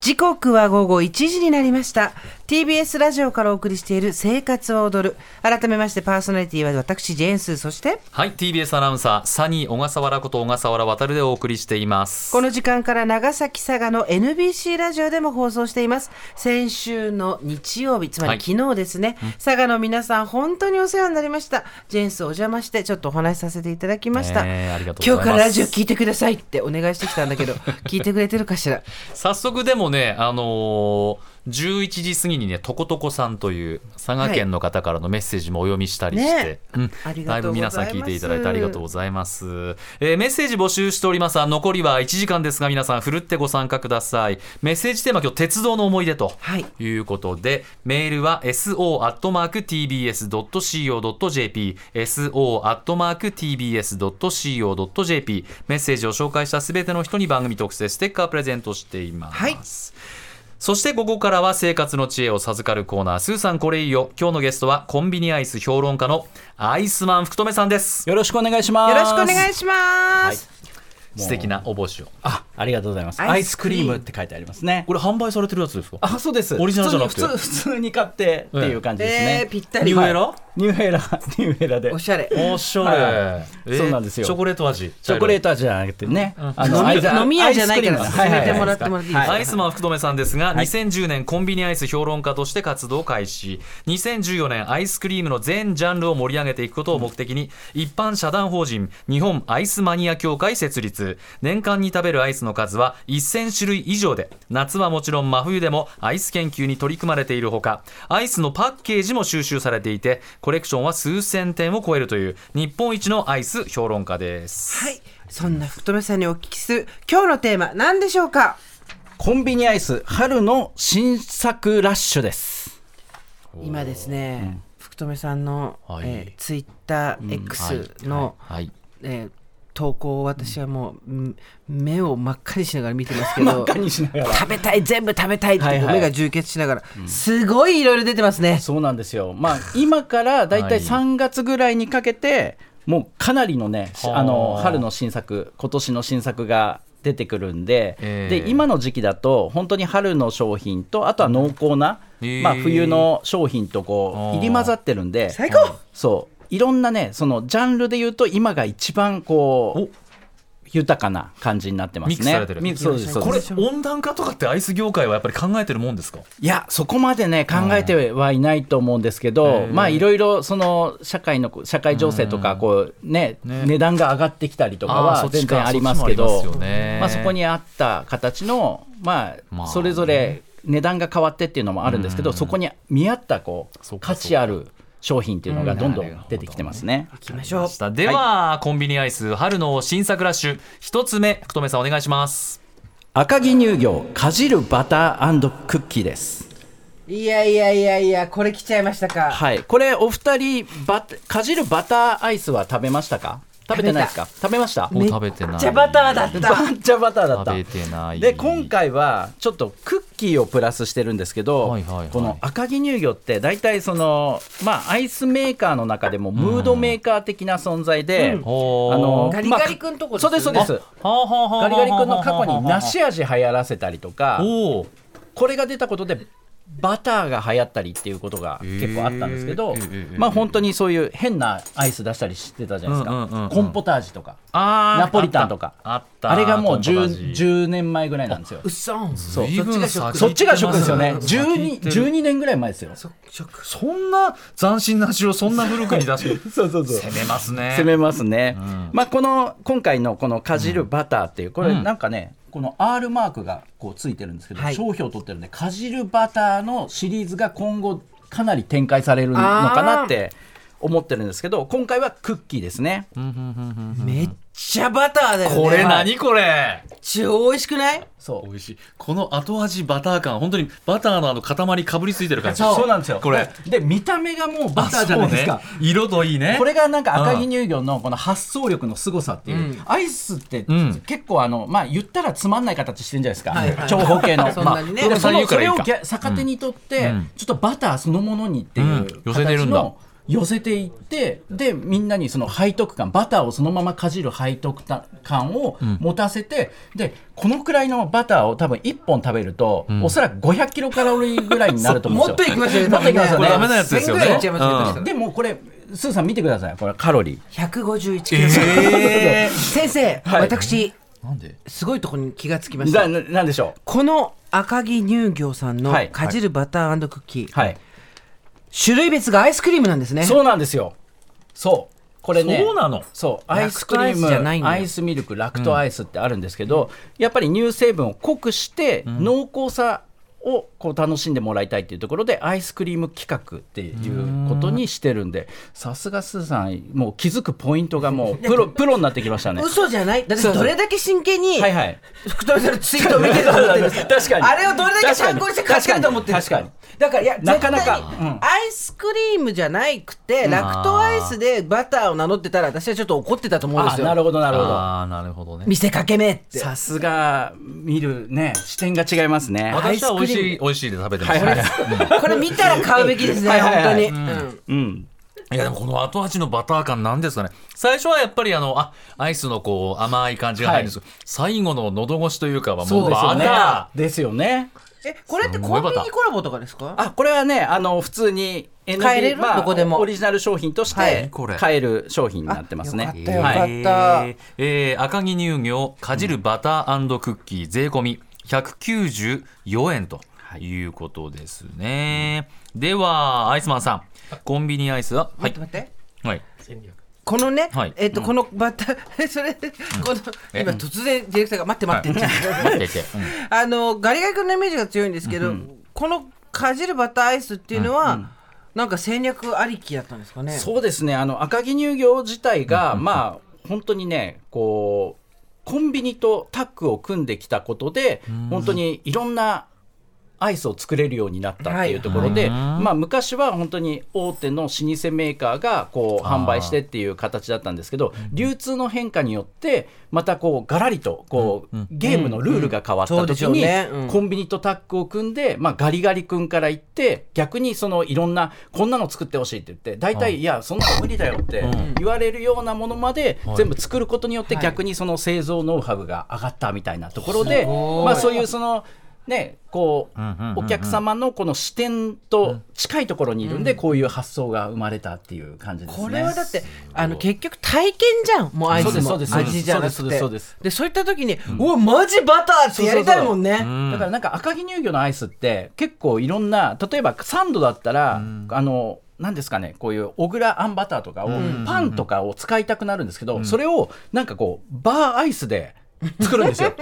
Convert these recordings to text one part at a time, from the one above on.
時刻は午後1時になりました TBS ラジオからお送りしている「生活を踊る」改めましてパーソナリティは私ジェーンスーそしてはい、TBS アナウンサー、サニー小笠原こと小笠原渡でお送りしています。この時間から長崎佐賀の NBC ラジオでも放送しています先週の日曜日つまはりい昨日ですね、佐賀の皆さん本当にお世話になりましたジェーンスお邪魔してちょっとお話しさせていただきました、ねえありがとうござい今日かますらラジオ聞いてくださいってお願いしてきたんだけ ど聞いてくれてるかしら早速でもね、あのー、11時過ぎにね、とことこさんという佐賀県の方からのメッセージもお読みしたりして、ねうんありだがいとぶうござい皆ますさん聞いていただいてありがとうございます。えーメッセージ募集しております。あ残りは1時間ですが、皆さん、ふるってご参加ください。メッセージテーマ、今日、鉄道の思い出と。はいということで、メールは so.tbs.co.jp、so.tbs.co.jp、メッセージを紹介したすべての人に番組特製ステッカープレゼントしています。はいそしてここからは生活の知恵を授かるコーナー、スーさんこれいいよ。今日のゲストはコンビニアイス評論家のアイスマン福留さんです。よろしくお願いします。よろしくお願いします、もう素敵なお帽子を。あ、ありがとうございます。アアイイススククリーリムームって書いてありますね。これ販売されてるやつですかあ、そうです。オリジナルじゃなくて普通に普通普通に買ってっていう感じですね。えーぴったりはいニューエラニューエラ、 ニューエラで。おしゃれおしゃれ、はいそうなんですよチョコレート味。チョコレート味じゃなくてね。あ飲みアイス飲み屋じゃないからアイスクリーム進めてもらってもらっていいですかアイスマン福留さんですが、はい2010年コンビニアイス評論家として活動を開始2014年アイスクリームの全ジャンルを盛り上げていくことを目的に一般社団法人日本アイスマニア協会設立年間に食べるアイスの数は1000種類以上で夏はもちろん真冬でもアイス研究に取り組まれているほかアイスのパッケージも収集されていてコレクションは数千点を超えるという日本一のアイス評論家です、はいそんな福留さんにお聞きする今日のテーマ何でしょうかコンビニアイス、春の新作ラッシュです。今ですね、福留さんの、はいえー、ツイッター X の、はいはいえー投稿を私はもう、ん目を真っ赤にしながら見てますけ 真っど赤にしながら。食べたい全部食べたいって、はいはい目が充血しながら、すごいいろいろ出てますねそうなんですよ。まあ、今からだいたい3月ぐらいにかけて、もうかなりのね、しはああの春の新作、今年の新作が。出てくるんで,、ええで今の時期だと本当に春の商品とあとは濃厚な、ええまあ、冬の商品とあこあう入り混ざってるんで最高そういろんなねそのジャンルで言うと今が一番こう豊かな感じになってますミねックスされてるミックスそうですそうですこれ温暖化とかってアイス業界はやっぱり考えてるもんですかいやそこまでね考えてはいないと思うんですけど、まあいろいろその社会の社会情勢とかこうね、ね値段が上がってきたりとかあーそはっちか全然ありますけどそっちもありますよねまあそこにあった形のままああねそれぞれ値段が変わってっていうのもあるんですけど、そこに見合ったこそううかそうか価値ある商品っていうのがどんどん出てきてますね。行きましょうでは、コンビニアイス春の新作ラッシュ一つ目福留さんお願いします赤城乳業かじるバタークッキーです。いやいやいやいやこれ来ちゃいましたか、はい、これお二人バタかじるバターアイスは食べましたか食べてないですか食べましたもう食べてないじゃバターだったバッチャバターだった食べてないで今回はちょっとクッキーをプラスしてるんですけど、はいはいはいこの赤城乳業って大体そのまあアイスメーカーの中でもムードメーカー的な存在で、あのガリガリ君とこですよそうねですそうですガリガリ君の過去に梨味流行らせたりとかおおこれが出たことでバターが流行ったりっていうことが結構あったんですけど、へーまあ本当にそういう変なアイス出したりしてたじゃないですか、うんうんうんうんコンポタージュとかあナポリタンとかあったあれがもう 10, 10年前ぐらいなんですようっそんそう随分先そっちがショックですよね先行っ 12, てる12年ぐらい前ですよそそんな斬新な味をそんな古くに出 してうそうそう攻めますね攻めますね、まあこの今回のこのかじるバターっていうこれなんかね、この R マークがこうついてるんですけど、はい商標を取ってるんでかじるバターのシリーズが今後かなり展開されるのかなって思ってるんですけど今回はクッキーですね、めっちゃバターだよねこれ何これ超美味しくないそ美う味しいこの後味バター感本当にバターのあの塊かぶりついてる感じそうなんですよこれで見た目がもうバターじゃないですか、あそうね色といいねこれがなんか赤城乳業のこの発想力の凄さっていう、アイスってん結構あの、まあ、言ったらつまんない形してるんじゃないですか、はいはい長方形のそんなにねまあでもそそんなに言のうかそらいいかれを逆逆手にとって、うんちょっとバターそのものにっていううん寄せてる形んだの寄せていってでみんなにその背徳感バターをそのままかじる背徳感を持たせて、でこのくらいのバターを多分1本食べると、おそらく500キロカロリーぐらいになると思もうんっでとすいきよ。ましたよね。もっといきますよ多分ねこれダメなやつですよね1000ぐらいいっちゃいますようん確かにでもこれスーさん見てくださいこれカロリ151キロ。え先生、はい私、ーなんですごいとこに気がつきましたな。なんでしょこの赤城乳業さんのはいかじるバタークッキー、うはい種類別がアイスクリームなんですね。そうなんですよそうこれねそうなのそうラクトアイスクリアイースじゃないんムだアイスミルクラクトアイスってあるんですけど、やっぱり乳成分を濃くして濃厚さをこう楽しんでもらいたいっていうところでアイスクリーム企画っていうことにしてるんでさすがスーさんもう気づくポイントがもうプロプロになってきましたね。嘘じゃないだってそうそうどれだけ真剣にはいはい福留さんのツイートを見てると思ってるんです 確かにあれをどれだけ参考にして買ってると思ってるんです確かにだからいやなかなか絶う対にんアイスクリームじゃないくて、ラクトアイスでバターを名乗ってたら私はちょっと怒ってたと思うんであすよなるほどなるほどああなるほどね見せかけめってさすが見るね視点が違いますね私は美アイス味クしリい美味しいで食べてます、はいはいこれ見たら買うべきですね はいはいはい本当に、うんうん いやでもこの後味のバター感なんですかね最初はやっぱりあのあアイスのこう甘い感じが入るんですけど、最後の喉越しというかはもそううですよバタねですよねえこれってコンビニコラボとかですかあこれはねあの普通に NB 買えれるまあどこでもオリジナル商品としはいてこれ買える商品になってますあよかっねーたよか ったはいえー赤城乳業かじるバタークッキー税込み194円ということですね、ではアイスマンさんコンビニアイスはは待って、い待ってはい、このね、はいえっと、このバター、 それ、この、え今突然ディレクターが待って待ってって、待ってて、うん あの、ガリガリ君のイメージが強いんですけど、このかじるバターアイスっていうのは、なんか戦略ありきだったんですかね。そうですねあの赤城乳業自体が、まあ本当にねこうコンビニとタッグを組んできたことで、本当にいろんなアイスを作れるようになったっていうところで、まあ、昔は本当に大手の老舗メーカーがこう販売してっていう形だったんですけど流通の変化によってまたこうガラリとこう、ゲームのルールが変わったうんそうで時しょうに、ねうんコンビニとタッグを組んで、まあ、ガリガリ君から行って逆にそのいろんなこんなの作ってほしいって言って大体、いやそんなの無理だよって言われるようなものまで全部作ることによってはい逆にその製造ノウハウが上がったみたいなところすで、ごいまあ、そういうその。ね、こううんうんうんうんお客様のこの視点と近いところにいるんで、こういう発想が生まれたっていう感じですね。これはだって、あの、結局体験じゃん、もうアイスも。そうですそうです味じゃなくて。そうですそうですそうで、そういった時に、おマジバターってやりたいもんね。だからなんか赤城乳業のアイスって結構いろんな例えばサンドだったら、あのなんですかねこういう小倉あんバターとかを、パンとかを使いたくなるんですけど、それをなんかこうバーアイスで作るんですよ。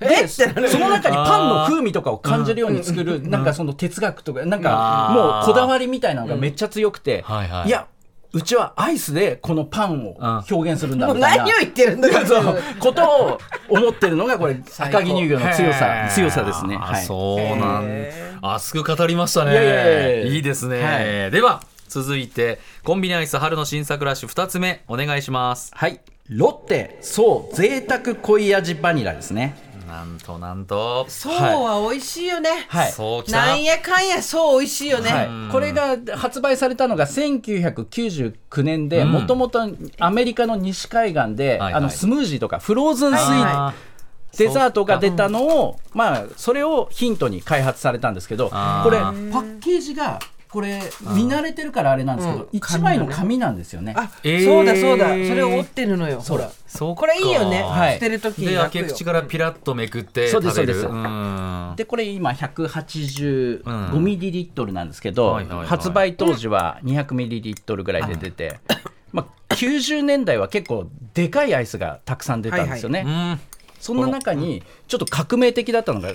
でその中にパンの風味とかを感じるように作る、なんかその哲学とかなんかあーもうこだわりみたいなのがめっちゃ強くて、はいはいいやうちはアイスでこのパンを表現するんだもうみたいな。何を言ってるんだよ。 そうことを思ってるのがこれ最高赤城乳業の強へさー強さですね。あはい、そうなんへ熱く語りましたね。いやいやいやいやいいですね。はでは続いてコンビニアイス春の新作ラッシュ二つ目お願いします。はい、ロッテそう贅沢濃い味バニラですね。なんとなんと。そうは美味しいよね。はいそうきなた。んやかんやそう美味しいよね。はい、これが発売されたのが1999年でもともとアメリカの西海岸で、はいはいあのスムージーとかフローズンスイーツ、あデザートが出たのをまあそれをヒントに開発されたんですけどこれあーパッケージがこれ見慣れてるからあれなんですけうんど1枚の紙なんですよね。あ、えーそうだそうだ。それを折ってるのよ。そほうら。そうかこれいいよね。はい捨てる時にで開焼くけよ。口からピラッとめくってそうで食すべる。そうですんでこれ今185うんミリリットルなんですけど、はいはいはい発売当時は200ミリリットルぐらいで出て、まあ、90年代は結構でかいアイスがたくさん出たんですよね、うん。そんな中にちょっと革命的だったのが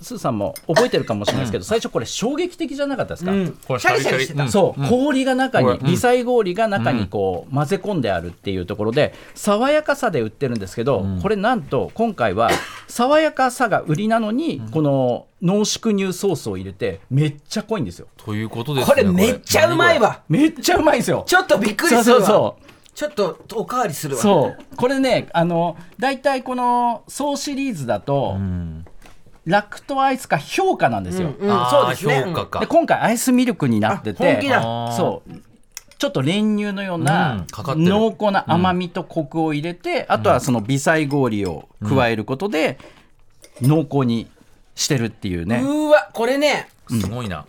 スーさんも覚えてるかもしれないですけど最初これ衝撃的じゃなかったですか、これシャリシャリしてたうんそう、氷が中これに、うん微細氷が中にこう混ぜ込んであるっていうところで、爽やかさで売ってるんですけど、これなんと今回は、爽やかさが売りなのに、この濃縮乳ソースを入れて、めっちゃ濃いんですよ。ということですこね。れめっちゃうまい。わ。めっちゃうまいんですよ。ちょっとびっくりするそうわ。そうそう。ちょっとおかわりするわ。そう これねあの大体この総シリーズだと、ラクトアイスか評価なんですよ、うんあーそうですね評価かで。今回アイスミルクになっててあ本気だそうちょっと練乳のよううんなかかってる濃厚な甘みとコクを入れて、あとはその微細氷を加えることで濃厚にしてるっていうね、うわこれねすごいな。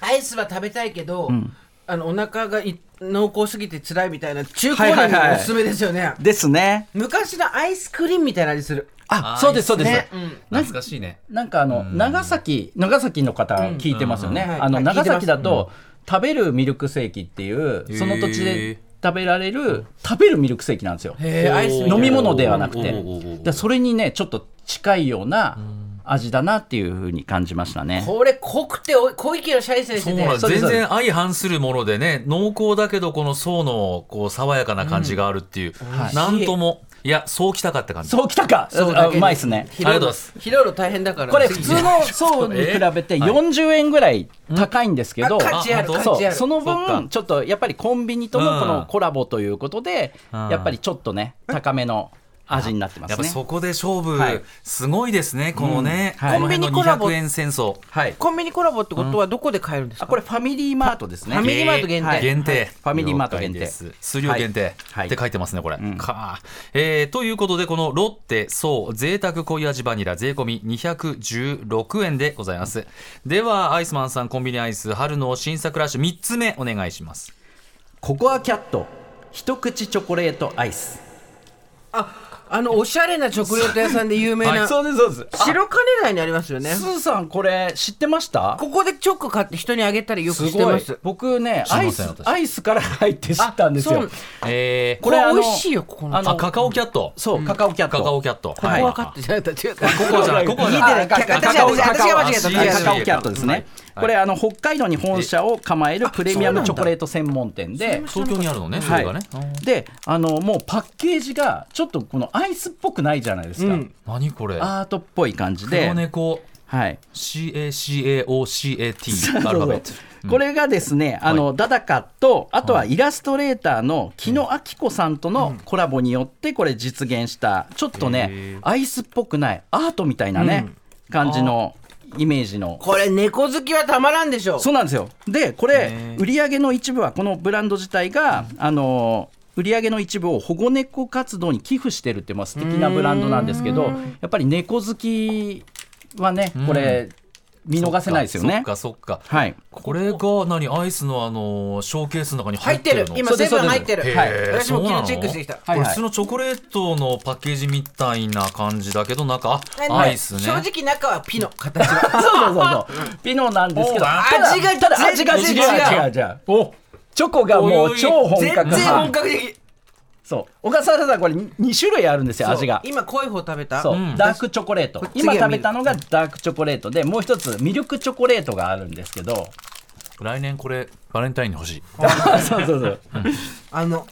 アイスは食べたいけど、んあのお腹がい濃厚すぎて辛いみたいな中高はいは年いはいにおすすめですよね、ですね昔のアイスクリームみたいな味するああそうですそうです、ね、うん懐かしいね。なんかあの長崎長崎の方聞いてますよね、うんうんあのはい聞い長てます崎だと食べるミルクセーキっていうーその土地で食べられる食べるミルクセーキなんですよへえアイスみたいな飲み物ではなくておーおーおーおーでそれにねちょっと近いような味だなっていうふうに感じましたねこれ濃くておい濃いけどシャリシャリしそてうてなんそうで全す然相反するものでね濃厚だけどこの層のこう爽やかな感じがあるっていう、はいなんともいやそうきたかった感じそうきたかそだあけうまいですね拾のありがとうございます拾うの大変だからこれ普通の層に比べて40円ぐらい高いんですけど、あ価値あるあ本価そ値あうるそのそっか分ちょっとやっぱりコンビニとのこうんのコラボということで、うんやっぱりちょっとね高めの味になってまやすっぱねそこで勝負、はいすごいですねこのね、うんはいこの辺のコンビニコラボ200円戦争はいコンビニコラボってことはどこで買えるんですかあこれファミリーマートですねファミリーマート限定はい限定、はいファミリーマート限定数量限定はいって書いてますねこれ、んかあえーということでこのロッテそう贅沢濃い味バニラ税込み216円でございますではアイスマンさんコンビニアイス春の新作ラッシュ3つ目お願いしますココアキャット一口チョコレートアイスああのおしゃれなチョコレート屋さんで有名な、うですそうです白金台にありますよねスーさんこれ知ってましたここでチョコ買って人にあげたりよくすしてごまいす僕ね知りアまイせんス私アイスから入って知ったんですあそようえーこれあの美味しいよここのああのカカオキャットそうカカオキャットカカオキャットここはカットじゃなかった違うここじゃないここじゃないあカカオ私が私がカカオ間違えたあ間違えたカカオキャットですね、はいこれあの北海道に本社を構えるプレミアムチョコレート専門店で東京にあるのねそはれいがね、あーであのもうパッケージがちょっとこのアイスっぽくないじゃないですか、うん何これアートっぽい感じで黒、猫はい CACAOCAT アルファベットこれがですね、あの、ダダカとあとはイラストレーターの木野明子さんとのコラボによってこれ実現したちょっとへーねアイスっぽくないアートみたいなね、感じのイメージのこれ猫好きはたまらんでしょうそうなんですよでこへれー売り上げの一部はこのブランド自体が、あの売り上げの一部を保護猫活動に寄付してるってまあ素敵なブランドなんですけどやっぱり猫好きはねこれ見逃せないですよそねっ。かそっかはい、これが何アイスのあのショーケースの中に入入っっててるるの今全部そうです入ってへるーはい私もそう昨なの日チェックしてきたこはいれ普通のチョコレートのパッケージみたいな感じだけど中ああのねアイスね正直中はピの形はそうそうそうそう。ピノなんですけど、おうただ味がただ全味が違う全然違う違う違う。お、チョコがもおいおうい超本全格然本派。格的そう。小笠原さんこれ二種類あるんですよ味が。今濃い方食べたそう、んダークチョコレートこっちが今食べたのがダークチョコレートでもう一つミルクチョコレートがあるんですけど来年これバレンタインに欲しいそう そうそうあの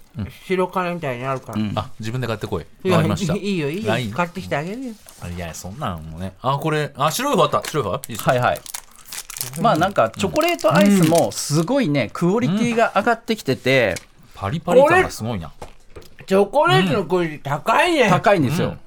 白金みたいにあるからあ自分で買ってこいいやわかりましたいいよいいラインよ買ってきてあげるよあいやそんなんもうねあこれあ白い方あった白い方いいですかはいはいまあなんかチョコレートアイスもすごいねクオリティが上がってきててパリパリ感がすごいなチョコレートのクオリティ高いね高いんですうよん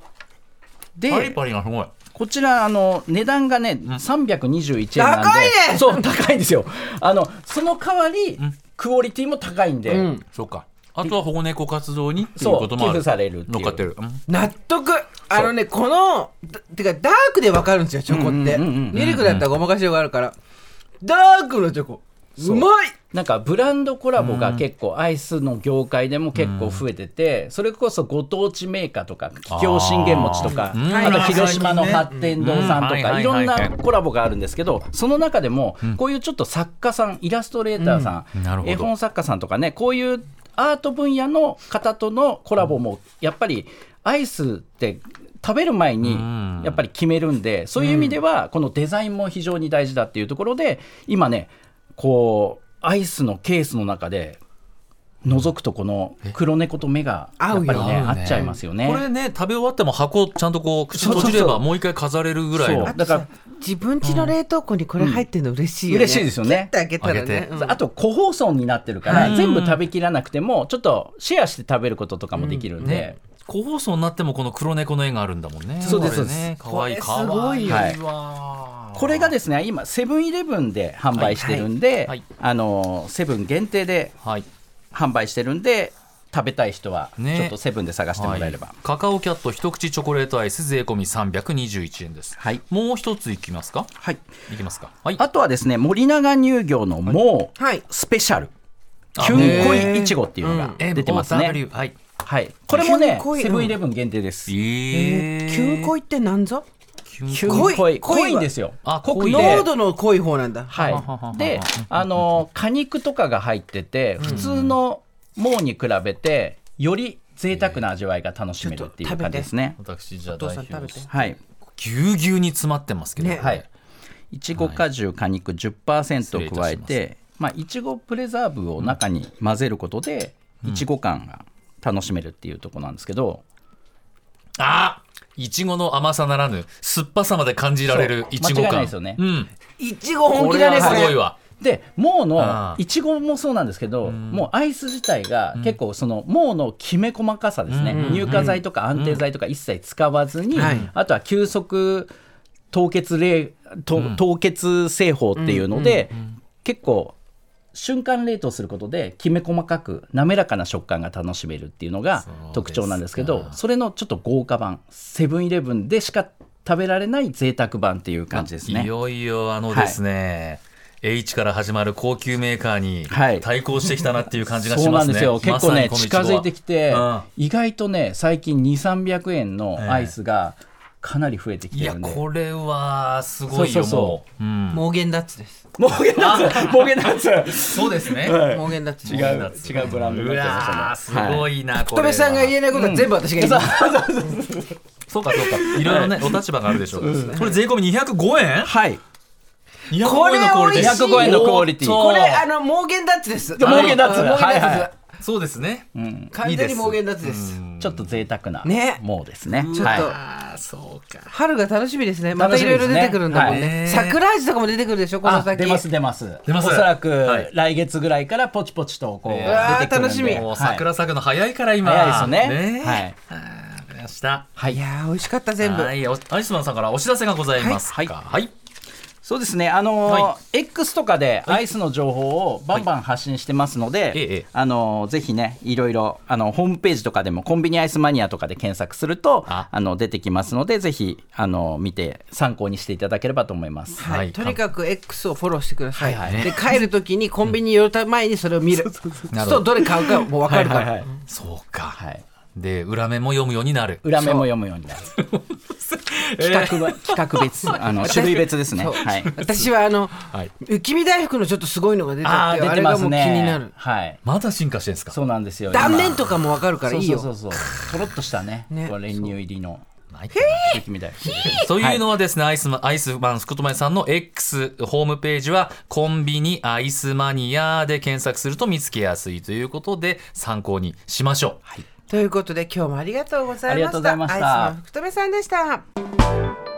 でパリパリがすごいこちらあの値段がね321円なんで高いねそう高いんですよあのその代わりクオリティも高いんで、うんそうかあとは保護猫活動にっていうそこうと寄もあ付るされるっていう乗っかってるうん納得あのねこのだてかダークでわかるんですよチョコってうんうんうんうんミルクだったらごまかしようがあるからダークのチョコううまいなんかブランドコラボが結構アイスの業界でも結構増えてて、それこそご当地メーカーとか桔梗信玄餅とあかーあうんと広島の発展堂さんとうんはいはいはいかいろんなコラボがあるんですけどその中でもこういうちょっと作家さんイラストレーターさうんなるほんど絵本作家さんとかねこういうアート分野の方とのコラボもやっぱりアイスって食べる前んにやっぱり決めるんでそういう意味ではこのデザインも非常に大事だっていうところで今ねこうアイスのケースの中で覗くとこの黒猫と目がやっぱり合うねよ合っちゃいますよね。これね食べ終わっても箱ちゃんとこう口閉じればもう一回飾れるぐらいのそうだから自分家の冷凍庫にこれ入ってるの嬉しいよね嬉しいですよね切ってあげたらあげてねうんあと個包装になってるから、全部食べきらなくてもちょっとシェアして食べることとかもできるんで、個包装になってもこの黒猫の絵があるんだもんね。そうですこれね可愛い可これすご愛いいよはいわこれがですね今セブンイレブンで販売してるんで、はいはいあのセブン限定ではい。販売してるんで食べたい人はねちょっとセブンで探してもらえれば、はいカカオキャット一口チョコレートアイス税込み321円です、はいもう一ついきますかはいいきますかはいあとはですね森永乳業のもうはいスペシャル、あキュンコイいちごっていうのが出てますね、 MOW はいはい、これもキュンねコイセブンイレブン限定ですえー9恋ってなんぞキュンキコイュンコイ濃い濃いんですよあ濃く濃いてね濃度の濃い方なんだははははい、であの果肉とかが入ってて普通のもうに比べてより贅沢な味わいが楽しめるっていう感じですね。私じゃあお父代さん食べ表てしてはい、ぎゅうぎゅうに詰まってますけど、ねはい、いちご果汁果肉10%加え失て、まあ、いちごプレザーブを中に混ぜることで、いちご感が楽しめるっていうところなんですけど、あいちごの甘さならぬ酸っぱさまで感じられるいちご間違いな感いですよねうん、いちご本こ気れだはねこすれごいわでもうあのーいちごもそうなんですけど、もうアイス自体が結構そのもうのきめ細かさですね、乳化剤とか安定剤とか一切使わずに、はいあとは急速凍結冷と、凍結製法っていうので、結構瞬間冷凍することできめ細かく滑らかな食感が楽しめるっていうのが特徴なんですけそうどですかそれのちょっと豪華版セブンイレブンでしか食べられない贅沢版っていう感じですねい。よいよあのですね、H から始まる高級メーカーにはい対抗してきたなっていう感じがしそうまなすんでね。すよ、結構ね、まさに近このちごづはいてきてうん、意外とね、最近2、300円のアイスがかなり増えていきてやるんで、これはすごいよそうそうそうもう、うん盲言ダッツですもげなつ、もげなつ、そうですね。盲言ダッツ違う、違うブランドにうなってわーましすたね。ごはいな、トこれはメさんが言えないことは全部私が言う、そうかそうかいろいろねお立場があるでしょうそれ税込み205円はい、 205円のクオこリティれ美味しい205円のクオリティおっとこれあの盲言ダッツですで盲言ダッツあの盲言ダッツはいはそうですねうん完全に盲言ダッツですちょっと贅沢なね、もうですね。ちょっと、はいああそうか春が楽しみですねまた楽いしみろいですろね出てくるんだもんねはい桜味とかも出てくるでしょこのあ先出ます出ます出ますおそらはいく来月ぐらいからポチポチとこうう出わーてくるんで楽しみもうはい桜咲くの早いから今早いですよねねはいわかりましたはいいやー美味しかった全部はいおアイスマンさんからお知らせがございますかはいはいそうですね、あのーは X とかでアイスの情報をバンバン発信してますので、ええあのーぜひね、いろいろあのホームページとかでもコンビニアイスマニアとかで検索するとああの出てきますので、ぜひあのー見て参考にしていただければと思います。はいはいとにかく X をフォローしてください、はいはいで帰るときにコンビニ寄る前にそれを見るそうすなるるほどとどれ買うかもう分かるから、はいそうかはいで裏面も読むようになる裏面も読むようになる。企画 は企画別、あの種類別ですね。そうはい。私はあの、い雪見大福のちょっとすごいのが出ててああー出てれまがすもう気ね。になるはい。まだ進化してんですかそうなんですよ。断面今とかも分かるからいいよそうそうそうそう。とろっとしたね。ねこう練乳入りのない雪みたいな。というのはですね、アイスマン、アイスマン、福留さんの X ホームページは、コンビニアイスマニアで検索すると見つけやすいということで、参考にしましょう。ということで今日もありがとうございましたありがとうございましたアイスマン福留さんでした